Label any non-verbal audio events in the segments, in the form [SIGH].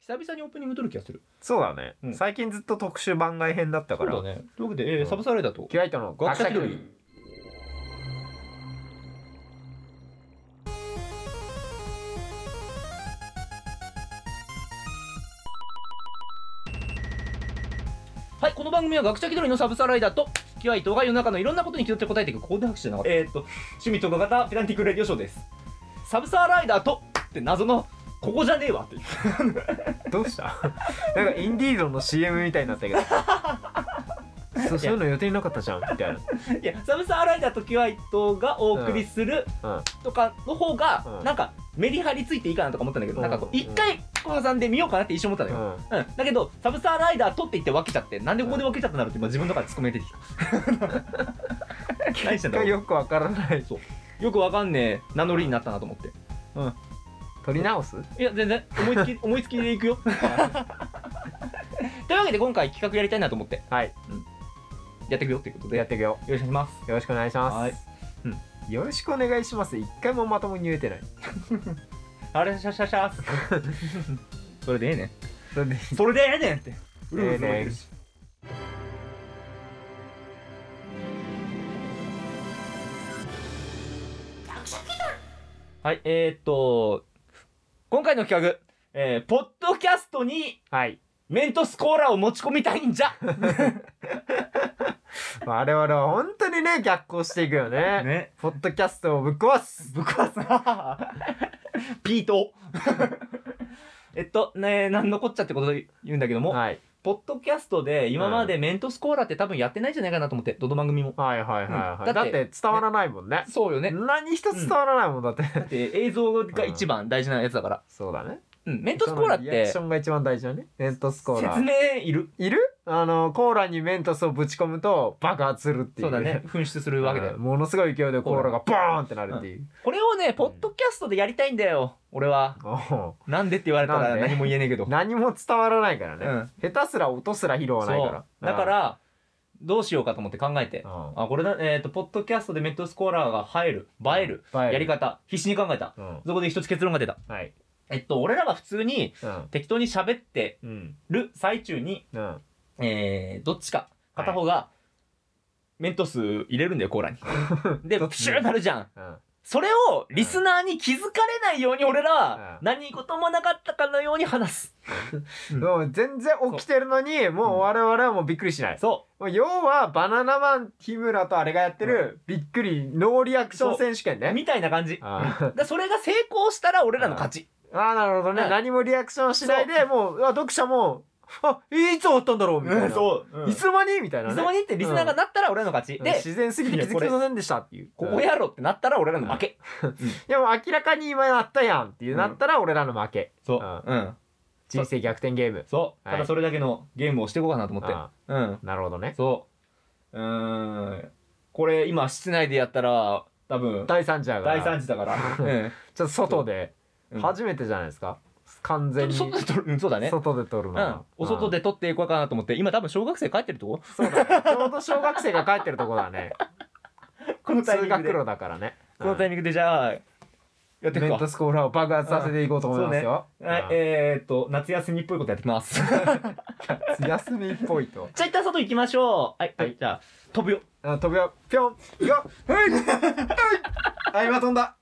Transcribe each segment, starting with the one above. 久々にオープニング撮る気がする。そうだね、うん最近ずっと特集番外編だったそかうらだね。というわけで、えーサブサーレだと。キュライトの学学者者気気取取りりはい、この番組は学者気取りのサブサーライダーと、キワイトが世の中のいろんなことに気取って答えていく、ここで拍手じゃなかった。えーっと、趣味とか型ペダンティックレディオショーです。サブサーライダーと、って謎の、ここじゃねえわっていう。どうした [LAUGHS] なんかインディードの CM みたいになったけど [LAUGHS] そうそういうの予定なかったじゃんみたいいや、サブサーライダーとキワイトがお送りするな、うん、とかの方が、うんなんか、メリハリついていいかなとか思ったんだけど、うんなんかこう、うん一回こう挟んでみようかなって一瞬思ったのよ。うん、だけど、サブサーライダー取っていって分けちゃって、なんでここで分けちゃったんだろうって今自分の中で突っ込みが出てき [LAUGHS] た。何してんだうん、ろ。よくわからないうよくわかんねえ名乗りになったなと思って。取り直すいや、全然、思い [LAUGHS] つき、思いつきでいくよ。というわけで今回企画やりたいなと思って、はいやっていくよっていうことで、やよっていくよろしくお願いします。よろしくお願いします、はいよろしくお願いします一回もまともに言えてないあれ、シャシャシャ [LAUGHS] ーっすそれでええねん。それでそれでええねんって。うるうるええねんうるうるしはい、えー、っと、今回の企画、えー、ポッドキャストに [LAUGHS] はい、メントスコーラを持ち込みたいんじゃ我々は本当にね逆行していくよねね。ポッドキャストをぶっ壊すぶっ壊すな [LAUGHS] ピート。えっと、ね、なんのこっちゃってことで言うんだけども、はいポッドキャストで今までメントスコーラって多分やってないんじゃないかなと思って、どの番組も。はいはいはいはい、うんだだっってて伝わらないもんねそうよね。何一つ伝わらないもんだって、だって映像が一番大事なやつだから。そうだねうん、メントスコーラっそのリアクてションが一番大事だねメントスコーラ説明いるいるあのコーラにメントスをぶち込むと爆発するっていそううだね。噴出するわけだうよん。ものすごい勢いでコーラがボーンってなるっていう、これをね、ポッドキャストでやりたいんだよ。俺は。おうなんでって言われたらなんで何も言えねえけど。何も伝わらないからうね、ん。下手すら音すら拾わないそかうら。だから、どうしようかと思って考えて。あ、これだ、えっと、ポッドキャストでメントスコーラが入る、映える、やり方、方、必死に考えた。うんそこで一つ結論が出た。はいえっと、俺らが普通にうん適当に喋ってうんる最中に、うんえー、どっちか片方がメントス入れるんだよコー [LAUGHS] ラにでどっプちシューなるじゃんうんそれをリスナーに気づかれないように俺らはうん何事もなかったかのように話すもう全然起きてるのにもう我々はもうびっくりしない、そもう要はバナナマン日村とあれがやってる、びっくりノーリアクション選手権うねみたいな感じあーだそれが成功したら俺らの勝ちあーなるほどね、うん何もリアクションしないでもううわ読者も「あえいつ終わったんだろう」みたい [LAUGHS] な、そう、いいつつの間にみたいな、ね、いつの間にってリスナーがなったら俺らの勝ち、うんで自然すぎて気づきませんでしたっていうここやろってなったら俺らの負け、いやもう明らかに今やったやんっていうなったら俺らの負け、そううんうん人生逆転ゲームそうはいただそれだけのゲームをしていこうかなと思ってあうんーなるほどねそう。うーん。これ今室内でやったら多分第3次だから大惨事だから。 [LAUGHS] うんちょっと外でうん。初めてじゃないですか、完ちょ全っと外にで撮る。うんそうだね。外で撮るのうは、ん。お外で撮っていこうかなと思って、今多分小学生帰ってるとこそうだねちょうど小学生が帰ってるとこだね [LAUGHS] このタイミン通グ学で。路だからねこのタイミングでじゃあ、やっていメくかント。スコーラを爆発させていこうと思いますよ、はい、うんえーっと、夏休みっぽいことやってきます。 [LAUGHS] じゃ休みっぽいとあ一旦外行きましょう。はい、はいじゃあ、飛ぶよ。あ飛びはぴょんいくよはいはいあ今飛んだ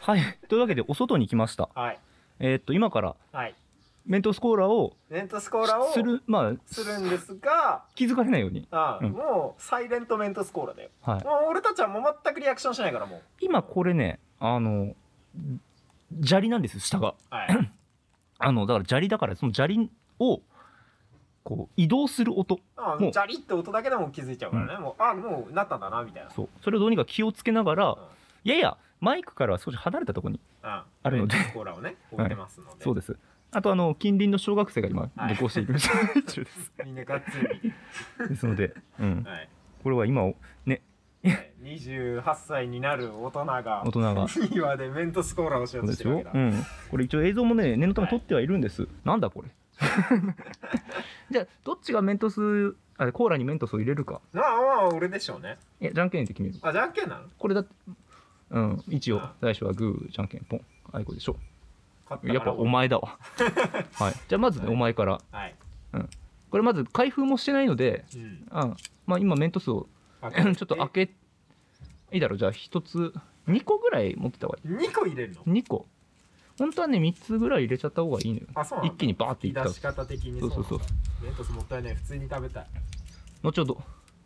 はい、というわけでお外に来ました。はいえっと、今からはいメントスコーラをメントスコーラをる、まあ、するんですが気づかれないように。ああうんもうサイレントメントスコーラだよはい。もう俺たちはもう全くリアクションしないからもう今これねあの砂利なんですよ下がはいあのだから砂利だからその砂利をこう移動する音ああもうジャリって音だけでも気づいちゃうからね、もうあもうなったんだなみたいなそうそれをどうにか気をつけながら、うんいやいやマイクからは少し離れたところにああるのでメントスコーラをね置いてますので、そうですあとあの近隣の小学生が今旅行してい [LAUGHS] る最中ですみんながっつり、ですので、うん、はいこれは今おはい、28歳になる大人が大人 [LAUGHS] が今でメントスコーラをしよそうでうとしてするわよけうだ、、ん、これ一応映像もね念のため撮ってはいるんです、なんだこれ [LAUGHS] じゃあどっちがメントスあコーラにメントスを入れるかまあまあ俺でしょうねえじゃんけんで決めるあじゃんけんなのこれだってうん一応あ最初はグーじゃんけんポンあいこでしょ勝たかなやっぱお前だ [LAUGHS] わはいじゃあまずねお前からはいこれまず開封もしてないのでうんうんまあ今メント数を [COUGHS] ちょっと開けいいだろうじゃあ一つ2個ぐらい持ってた方がい2個入れるのい2個本当はね3つぐらい入れちゃった方がいいのよあそうなん一だ気にバーってい引きった出し方的にそうそうそうメントスもったいない普通に食べたい後ほど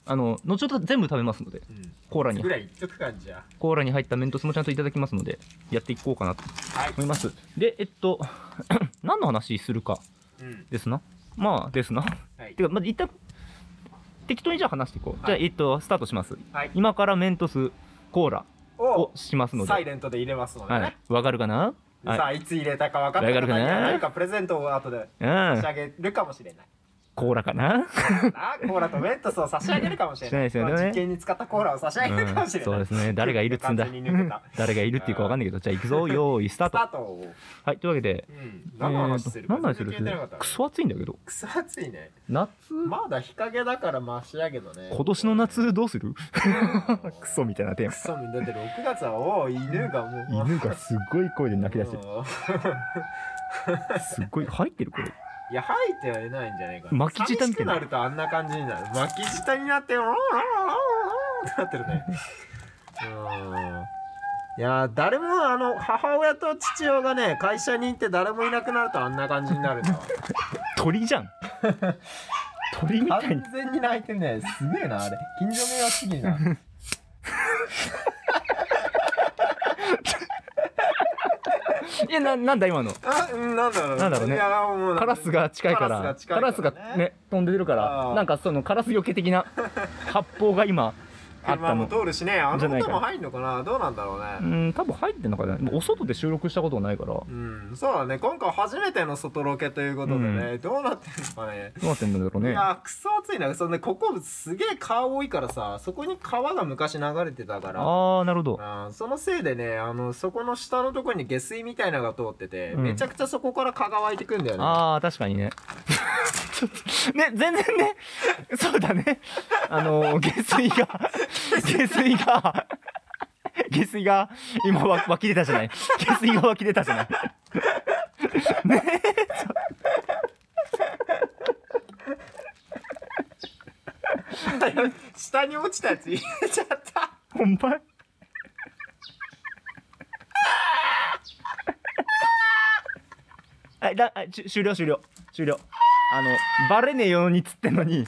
あの後ほど全部食べますのでうんコーラにぐらいいっとくかじゃコーラに入ったメントスもちゃんといただきますのでやっていこうかなとあはい思いますでえっと [COUGHS] 何の話するかうんですなまあですなはいてかまず一旦適当にじゃあ話していこう、はいじゃあえっとスタートしますはい今からメントスコーラををしますのでサはイいレントで入れますのでわね、かるかなはいさあいつ入れたか分かったわかるかな何かプレゼントを後でう差んし上げるかもしれないコーラかななコーラとメントスを差し上げるかもしれないしないですよねまあ実験に使ったコーラを差し上げるかうもんしれそなうい、ですね誰がいるっつうんだ完全に抜けた [LAUGHS] 誰がいるっていうかわかんないけどじゃあ行く [LAUGHS] ぞよーいスタースタトートをはいというわけでうん何の話するえーと何の話す全然聞いてなるかったクソ暑いんだけどくそ暑いね夏まだ日陰だからマシやけどね今年の夏どうするクソみたいなテークソみだって6月はおお犬がもマう犬がすごい声で泣き出してるうん [LAUGHS] すごい入ってるこれいや吐いてはいないんじゃないかな巻き舌みたいな寂しくなるとあんな感じになる巻き舌になって [LAUGHS] おーおーおーおーってなってるねうんいやー誰もあの母親と父親がね会社に行って誰もいなくなるとあんな感じになるん [LAUGHS] だわ鳥 [LAUGHS] じゃん鳥みたいに完全に泣いてねすげえなあれ近所迷惑すぎるないやななんだ今のあうんなんだろうなんだろうねいやーも [LAUGHS] うカラスが近いからカカララススがが近いからねね飛んでるかあーらなんかそのカラスよけ的 [LAUGHS] な発砲が今あった車もの通るしねあじのゃない音かも入んのかなどうなんだろうね、うん多分入ってんのかなもうお外で収録したことがないからどうん、そうだね今回初めての外ロケということでね、どうなってんのかねうなってんだろういねやクソ暑いなそんでここすげえ川多いからさそこに川が昔流れてたからああなるほどあーそのせいでねあのそこの下のところに下水みたいなのが通ってて、うんめちゃくちゃそこから蚊が湧いてくんだよねあー確かにね [LAUGHS] ちょっとね全然ねそうだねあの下水 [LAUGHS] が下水が下水が今わ湧き出たじゃない下水が湧き出たじゃない下に落ちたやつ入れちゃったほんまはい [LAUGHS] だあちゅ終了終了終了あのバレねえようにっつってんのに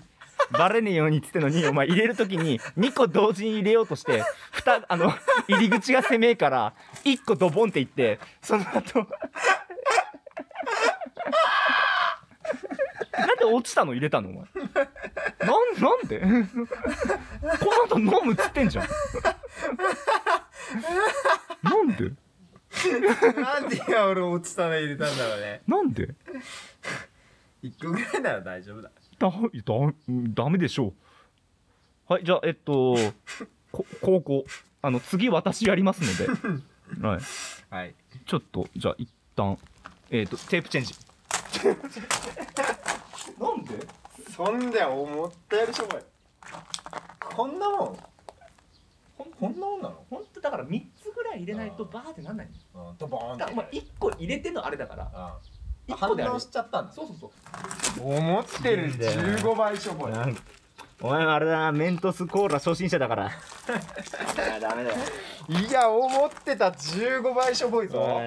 バレねえようにっつってんのにお前入れるときに2個同時に入れようとしてふたあの入り口が狭えから1個ドボンっていってその後 [LAUGHS] なんで落ちたの入れたのお前なんなんで [LAUGHS] この後飲むっつってんじゃんなんでなんで今俺落ちたの入れたんだろうねなんで一個ぐらいなら大丈夫だだだダメでしょうはいじゃあえっとこ高校あの次私やりますので、はい、はいちょっとじゃあ一旦えっ、とテープチェンジ [LAUGHS] なんでそんで思ったよりしょぼいこんなもんほんこんなもんなの本当だから3つぐらい入れないとバーってなんないうんドボーンって1個入れてのあれだからうん反応しちゃったんだそうそうそう思ってる15倍しょぼいなんお前あれだなメントスコーラ初心者だ [LAUGHS] からダメだよいや思ってた15倍しょぼいぞ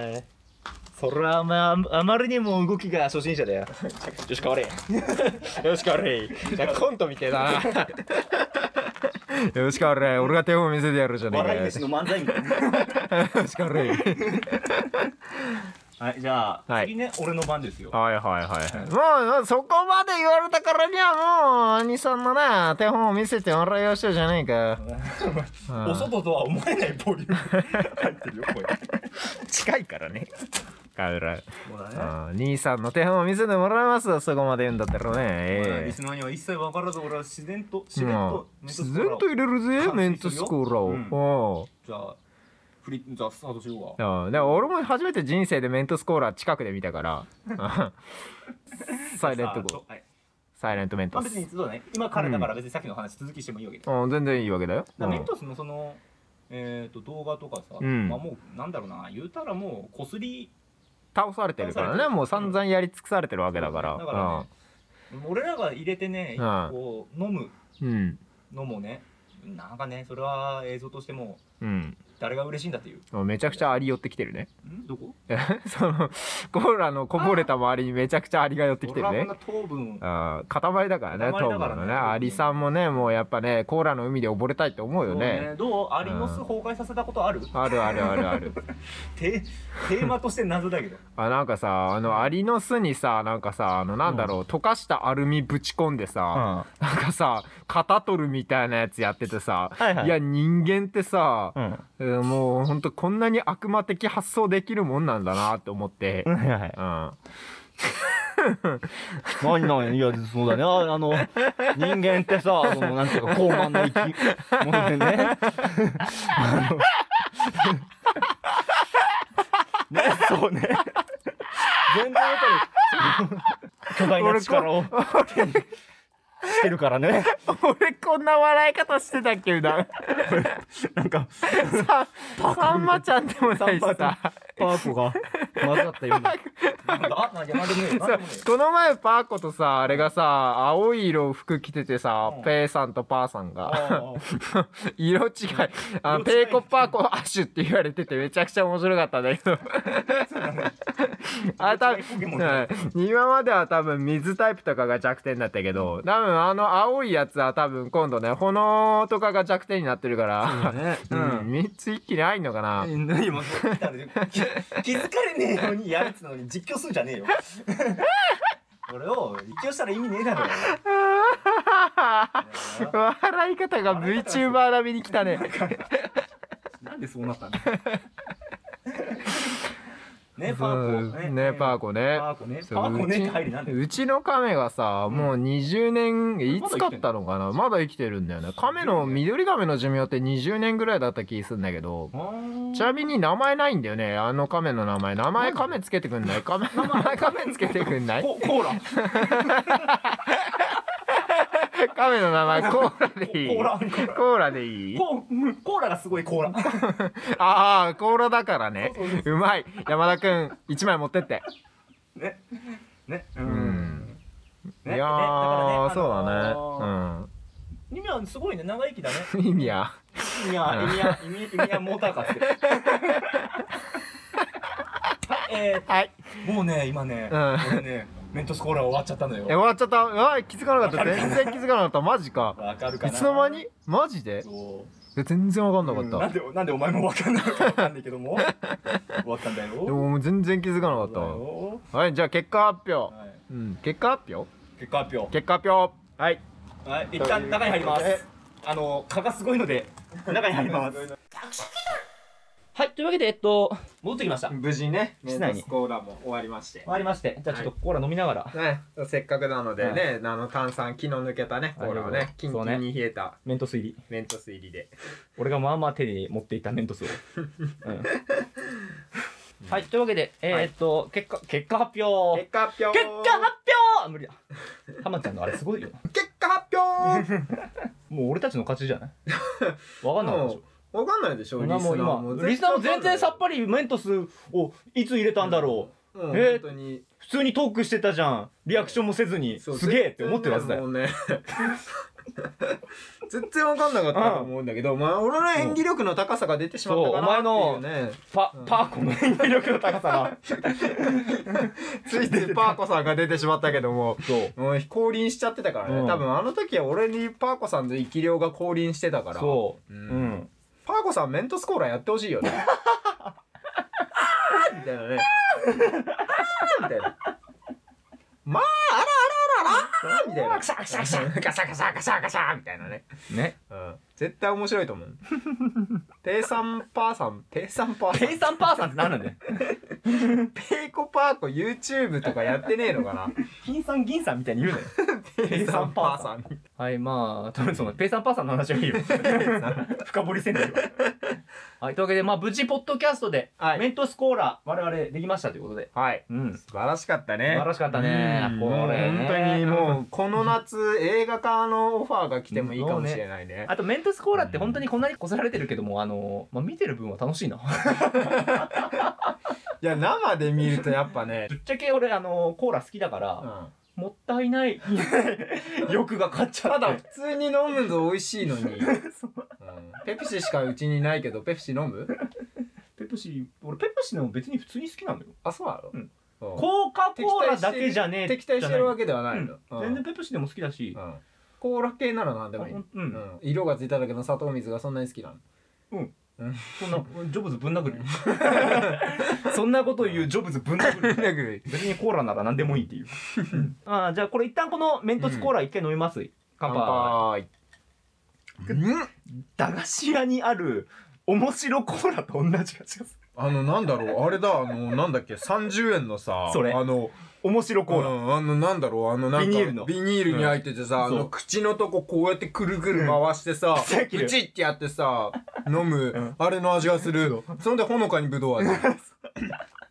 それはまああまりにも動きが初心者だよ [LAUGHS] よし変われよし変われいやコントみてえ [LAUGHS] だなよしかわれ俺が手本見せてやるじゃねえか笑い飯の漫才みたいなよしかわれはい [LAUGHS] はいじゃあ、はい次ね俺の番です [LAUGHS] よはいはいもうそこまで言われたからにはもう兄さんのな手本を見せてもらいましょうじゃねえかお外とは思えないボリュ [LAUGHS] ーム入ってるよ声近いからねカメラそうだね兄さんの手本を見せてもらいますよそこまで言うんだったらねえまあえリスナーには一切分からず俺は自然と自然まあと、メント自スコーラ然をと入れるぜ完成するよメントスコーラを、うんおじゃあフリじゃあスタートしようかうんでも俺も初めて人生でメントスコーラ近くで見たから [LAUGHS] サイレンさトあゴーとはいサイレントメンまトあ、ス別にそうだね今からだから別にさっきの話続きしてもいいわけで、うん全然いいわけだよだからメントスのその、えー、と動画とかさ、うんまあ、もうなんだろうな言うたらもうこすり倒されてるから倒されてねるもう散々やり尽くされてるわけだからだからね俺らが入れてね、うんこう飲むうんのもねなんかねそれは映像としてもうん、誰が嬉しいんだっていううん、めちゃくちゃアリ寄ってきてるね [LAUGHS] んどこそのコーラのこぼれた周りにめちゃくちゃアリが寄ってきて俺るはこんねな糖分あー塊だから塊ねトだかーマらねのねアリさんもねもうやっぱねコーラの海で溺れたいって思うよそうねねどうアリの巣うん崩壊させたことある、あるあるある [LAUGHS] あるテテーマとして謎だけ [LAUGHS] どあなんかさあのアリの巣にさなんかさあのなんだろう、溶かしたアルミぶち込んでさ、はなんかさ型取るみたいなやつやっててさ、いはいいや人間ってさ、うんえーもうほん [LAUGHS] とこんなに悪魔的発想できるもんなんだなって思って、うんはいはい何何いやそうだねああの人間ってさあのなんていうか高慢な生き物でねあのねそうね全然やっぱりその巨大な力を手にしてるからね [LAUGHS] 俺こんな笑い方してたっけな [LAUGHS] なんかささんまちゃんでもないしさパーコが混ざったようななんだあいやなんでもねえなんでもそうねえこの前パーコとさあれがさ青い色服着ててさ、うんペーさんとパーさんがああ色違いあ色違いペーコパーコアッシュって言われててめちゃくちゃ面白かったんだけどあれ多ポケモン分、じゃないうん今までは多分水タイプとかが弱点だったけど多分あの青いやつは多分今度ね炎とかが弱点になってるからねうん、3つ一気に入んのかな何も来たん [LAUGHS] で気気づかれねえようにやるっつうのに実況するんじゃねえよ [LAUGHS] これを実況したら意味ねえだろ笑い方が VTuber 並みに来たねなんでそうなったのねパーコうんねパーコねパーコねそパうーコねって入りなんだようちの亀がさもう20年いつ買ったのかなまだ生きてるんだよね亀の緑亀の寿命って20年ぐらいだった気するんだけどあーちなみに名前ないんだよねあの亀の名前名前亀つけてくんない亀名前亀つけてくんないココーラ亀の名前コーラでいいコーラコーラコーラでいいコーコーラがすごいコーラああコーラだからねそうそううまい山田くん1枚持ってってねねううんいねねだやからーねそうあのだね意味はすごいね長生きだねうん意味や意味は意味は意味意味はモーターカ [LAUGHS] ーってはいえーはいもうね、今ね、うん俺ね、メントスコーラ終わっちゃったのえ終よ。わっちゃったうわ気づかなかった全然気づかなかったマジかわかるかいな。つの間にマジでそえ全然わかんう。なかった、うんなんで、なんでお前もわかんないのかわかんないけ [LAUGHS] ども。終わったんだよ。でももう全然気づかそなうだかっよたはいじゃあ結果発表、はいうん結果発表結果発表。結果発表はいはい、一旦中に入りまというすこ。あの、蚊がすごいので、中に入ります。はい、というわけで、えっと、戻ってきました。終無事ねメ室ン内トにスコーラも終わりましてわりまして、じゃあちょっとコーラ飲みながら、ね、せっかくなのでね、あの炭酸気の抜けたねコーラをありがとねうキンそうキねンに冷えたメントス入り。メントス入りで、俺がまあまあ手に持っていたメントスを。 [LAUGHS] うんはい、というわけで、えーっと、結果、結果発表。結果発表結果発表無理だハマちゃんのあれすごいよな結果発表もう俺たちの勝ちじゃない [LAUGHS] わかんなかったでしわかんないでしょょリス俺ナはーもうも今リスナーも全然さっぱりメントスをいつ入れたんだろうもうえー本当に普通にトークしてたじゃんリアクションもせずにそうすげえって思ってるはずだよ全然ね [LAUGHS] もうね全然わかんなかったと思うんだけど、まあ俺の演技力の高さが出てしまったかなっていうねパパーコの演技力の高さがついてパーコさんが出てしまったけど [LAUGHS] もそうもう降臨しちゃってたからね、うん多分あの時は俺にパーコさんの生き量が降臨してたからそううんうんパーコさんメントスコーラやってほしい [LAUGHS] よね。あーみたいなね。あーみたいな。まああらあらあらあらーみたいな。クシャクシャクシャガシャガシャガシャガシャみたいなね。ね [LAUGHS] うん。絶対面白いと思う。ペイさんパーさん、ペイさんパーさペイん。さんパーさんって何なんだよペイコパーコ YouTube とかやってねえのかな。金さん銀さんみたいに言うなよ [LAUGHS] ペイさんパーさん。はいまあとりあえずそのペイさんパーさんの [LAUGHS] 話はいいよ深掘りせんでよはいというわけでまあ無事ポッドキャストで、はいメントスコーラ我々できましたということではい。うん素晴らしかったね。素晴らしかったねうんこもうれね本当にもうこの夏映画化のオファーが来てもいいかもしれないね。あとメントスコーラって本当にこんなにこせられてるけどもあのまあ見てる分は楽しいないや生で見るとやっぱねぶ、っちゃけ俺あのコーラ好きだから、うんもったい [LAUGHS] ない欲が勝っちゃたってだ普通に飲むと美味しいの [LAUGHS] に、うんペプシしかうちにないけどペプシ飲むペプシ俺ペプシでも別に普通に好きなんだよあそうなの、ううんんコーカ・コーラだけじゃねえ敵対してるわけけではないの、うん全然ペプシでも好きだしうんコーラ系なら何であもいい、ほうんんうん色がついただけの砂糖水がそんなに好きなのそんなジョブズぶん殴るよ [LAUGHS] そんなこと言うジョブズぶん殴るよ別にコーラなら何でもいいっていうあーじゃあこれ一旦このメントスコーラ一回飲みます、乾乾杯杯うん駄菓子屋にある面白コーラと同じ味がしますあのなんだろうあれだあのなんだっけ30円のさそれあの面白コーラ、うんあのなんだろうあのなんかビニールのビニールに入っててさ、あそうの口のとここうやってくるくる回してさ、 [LAUGHS] うんプチってやっ [LAUGHS] てさ飲む、うんあれの味がするそんでほのかにぶ [LAUGHS] どう味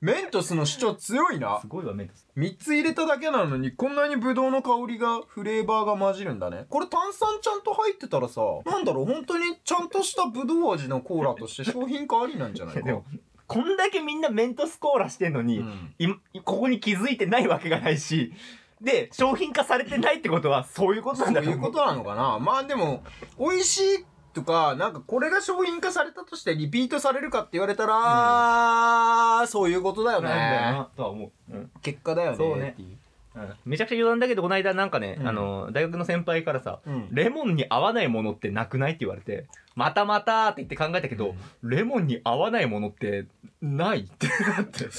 メントスの主張強いなすごいわメントス3つ入れただけなのにこんなにぶどうの香りがフレーバーが混じるんだねこれ炭酸ちゃんと入ってたらさなんだろう本当にちゃんとしたぶどう味のコーラとして商品化ありなんじゃないいや [LAUGHS] かでもこんだけみんなメントスコーラしてんのに、うんいここに気づいてないわけがないしで商品化されてないってことはそういうことなんそだうとい思ううことなのかなまあでも美味しいとかなんかこれが商品化されたとしてリピートされるかって言われたら、そういうことだよなんだよねなとは思う、うん結果だよねそうねっていううんめちゃくちゃ余談だけどこの間なんかね、うんあの大学の先輩からさうんレモンに合わないものってなくないって言われて、またまたって言って考えたけど、レモンに合わないものってないってなって。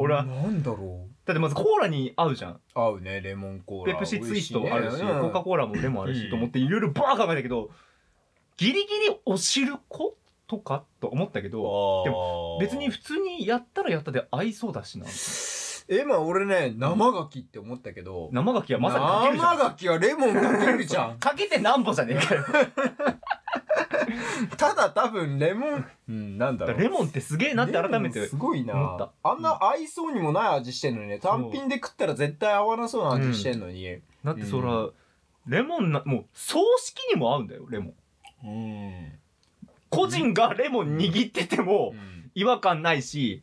俺は、なんだろうだってまずコーラに合うじゃん。合うねレモンコーペラプシツイストあるし、美味いねコカ・コーラもレモンあるし、うんと思っていろいろバー考えたけど、ギリギリおしることかと思ったけど、でも別に普通にやったらやったで合いそうだしな。えまあ俺ね生ガキって思ったけど、生ガキはまさにかけるじゃ生ん。ガキはレモンかけるじゃん [LAUGHS] かけてなんぼじゃねえかよ。ただ多分レモン、うん、なんだろうレモンってすげえなって改めレモンてす。ごいな思ったあんな合いそうにもない味してんのにね単品で食ったら絶対合わなそうな味してんのにうん、だってそら、レモンな、もう、葬式にも合うんだよ、レモン。個人がレモン握ってても違和感ないし、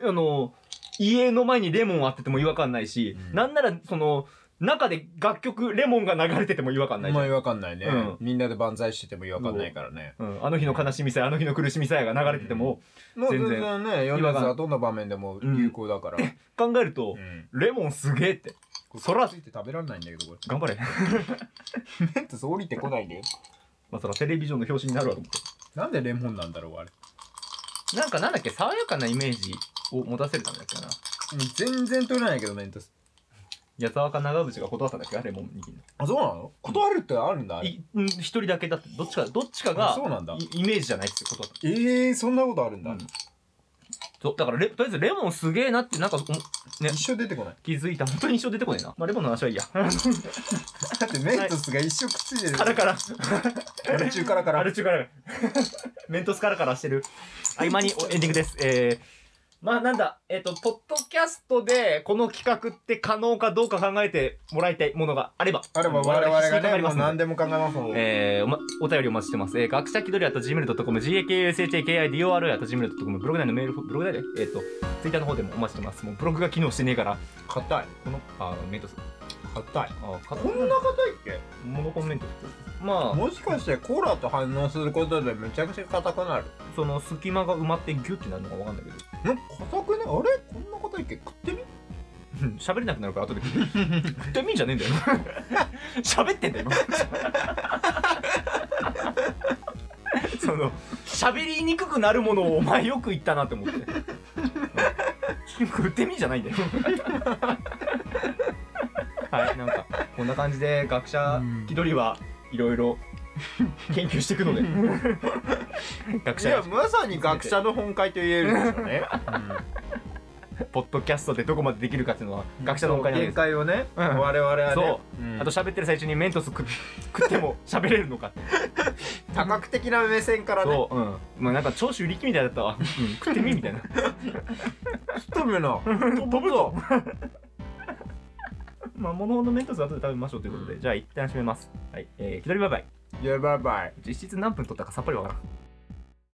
うんあの、家の前にレモンあってても違和感ないし、うんなんなら、その、中で楽曲、レモンが流れてても違和感ないじまゃあん。違和感ないね、うんみんなで万歳してても違和感ないからねうん、あの日の悲しみさえ、あの日の苦しみさえが流れてても、もう全全然ね違米和津感はどんな場面でも有効だから、考えるとう、んレモンすげえって。そそららついて食べられないんだけどこ [LAUGHS] れ頑張れ。メントス降りてこないんだよまあ、そらテレビジョンの表紙になるわと思っなんでレモンなんだろうあれて。なんかなんだっけ、爽やかなイメージを持たせるためだっけな。全然取れないけどメントス八沢か長渕が断ったんだっけなレモン握るの。あそうなの断るってあるんだあれいうん一人だけだって、どっちか、どっちかあが、そうなんだいイメージじゃないってことだった。えー、そんなことあるんだ、うんそうだからレとりあえずレモンすげえなってなんかおね一生出てこない気づいた本当に一生出てこねえな、まあ、レモンの話はいい [LAUGHS] やだってメントスが一生くっつい [LAUGHS] てるカラカラカラ中からかあられ中から [LAUGHS] メントスカラカラしてる合間におエンディングですえー、まあなんだえっ、とポッドキャストでこの企画って可能かどうか考えてもらいたいものがあればあれば我々必死に考がえまね、もうすので何でも考えますので。えーおま、お便りお待ちしてます。えー、学者気取りあと gmail.com、gakushakidoro あと gmail.com、ブログ内のメールフォ、ブログ内で、えっ、と、ツイッターの方でもお待ちしてます。もうブログが機能してねえから、硬い。この、あー、メントス、硬い。あー、ここんな硬いっけモノコメントまあもしかしてコーラと反応することでめちゃくちゃ硬くなる。その隙間が埋まってギュッてなるのかわかんないけどん硬くねあれこんな硬いっけ食ってみうん喋れなくなるから後で食う食ってみんじゃねえんだよ [LAUGHS] 喋ってんだよ [LAUGHS] 今その喋りにくくなるものをお前よく言ったなって思ってうん食ってみんじゃないんだよ [LAUGHS] はいなんかこんな感じで学者気取りはいろいろ研究していく [LAUGHS] ので学い者や、まさに学者の本会と言えるでしょうね。ポッドキャストでどこまでできるかっていうのはうん学者のお金なんで限す、界をね、うん我々はね、そうんあと喋ってる最中にメントス食っ [LAUGHS] 食っても喋れるのかって多角的な目線からね、そううんまあなんか長州力みたいだったわ、 [LAUGHS] うん、食ってみみたいな太め [LAUGHS] な。飛ぶぞ [LAUGHS] まあ物のメントスは後で食べましょうということで、じゃあ一旦閉めますはいえー、気取りバイバイいや、バイバイ。実質何分取ったかさっぱりわからん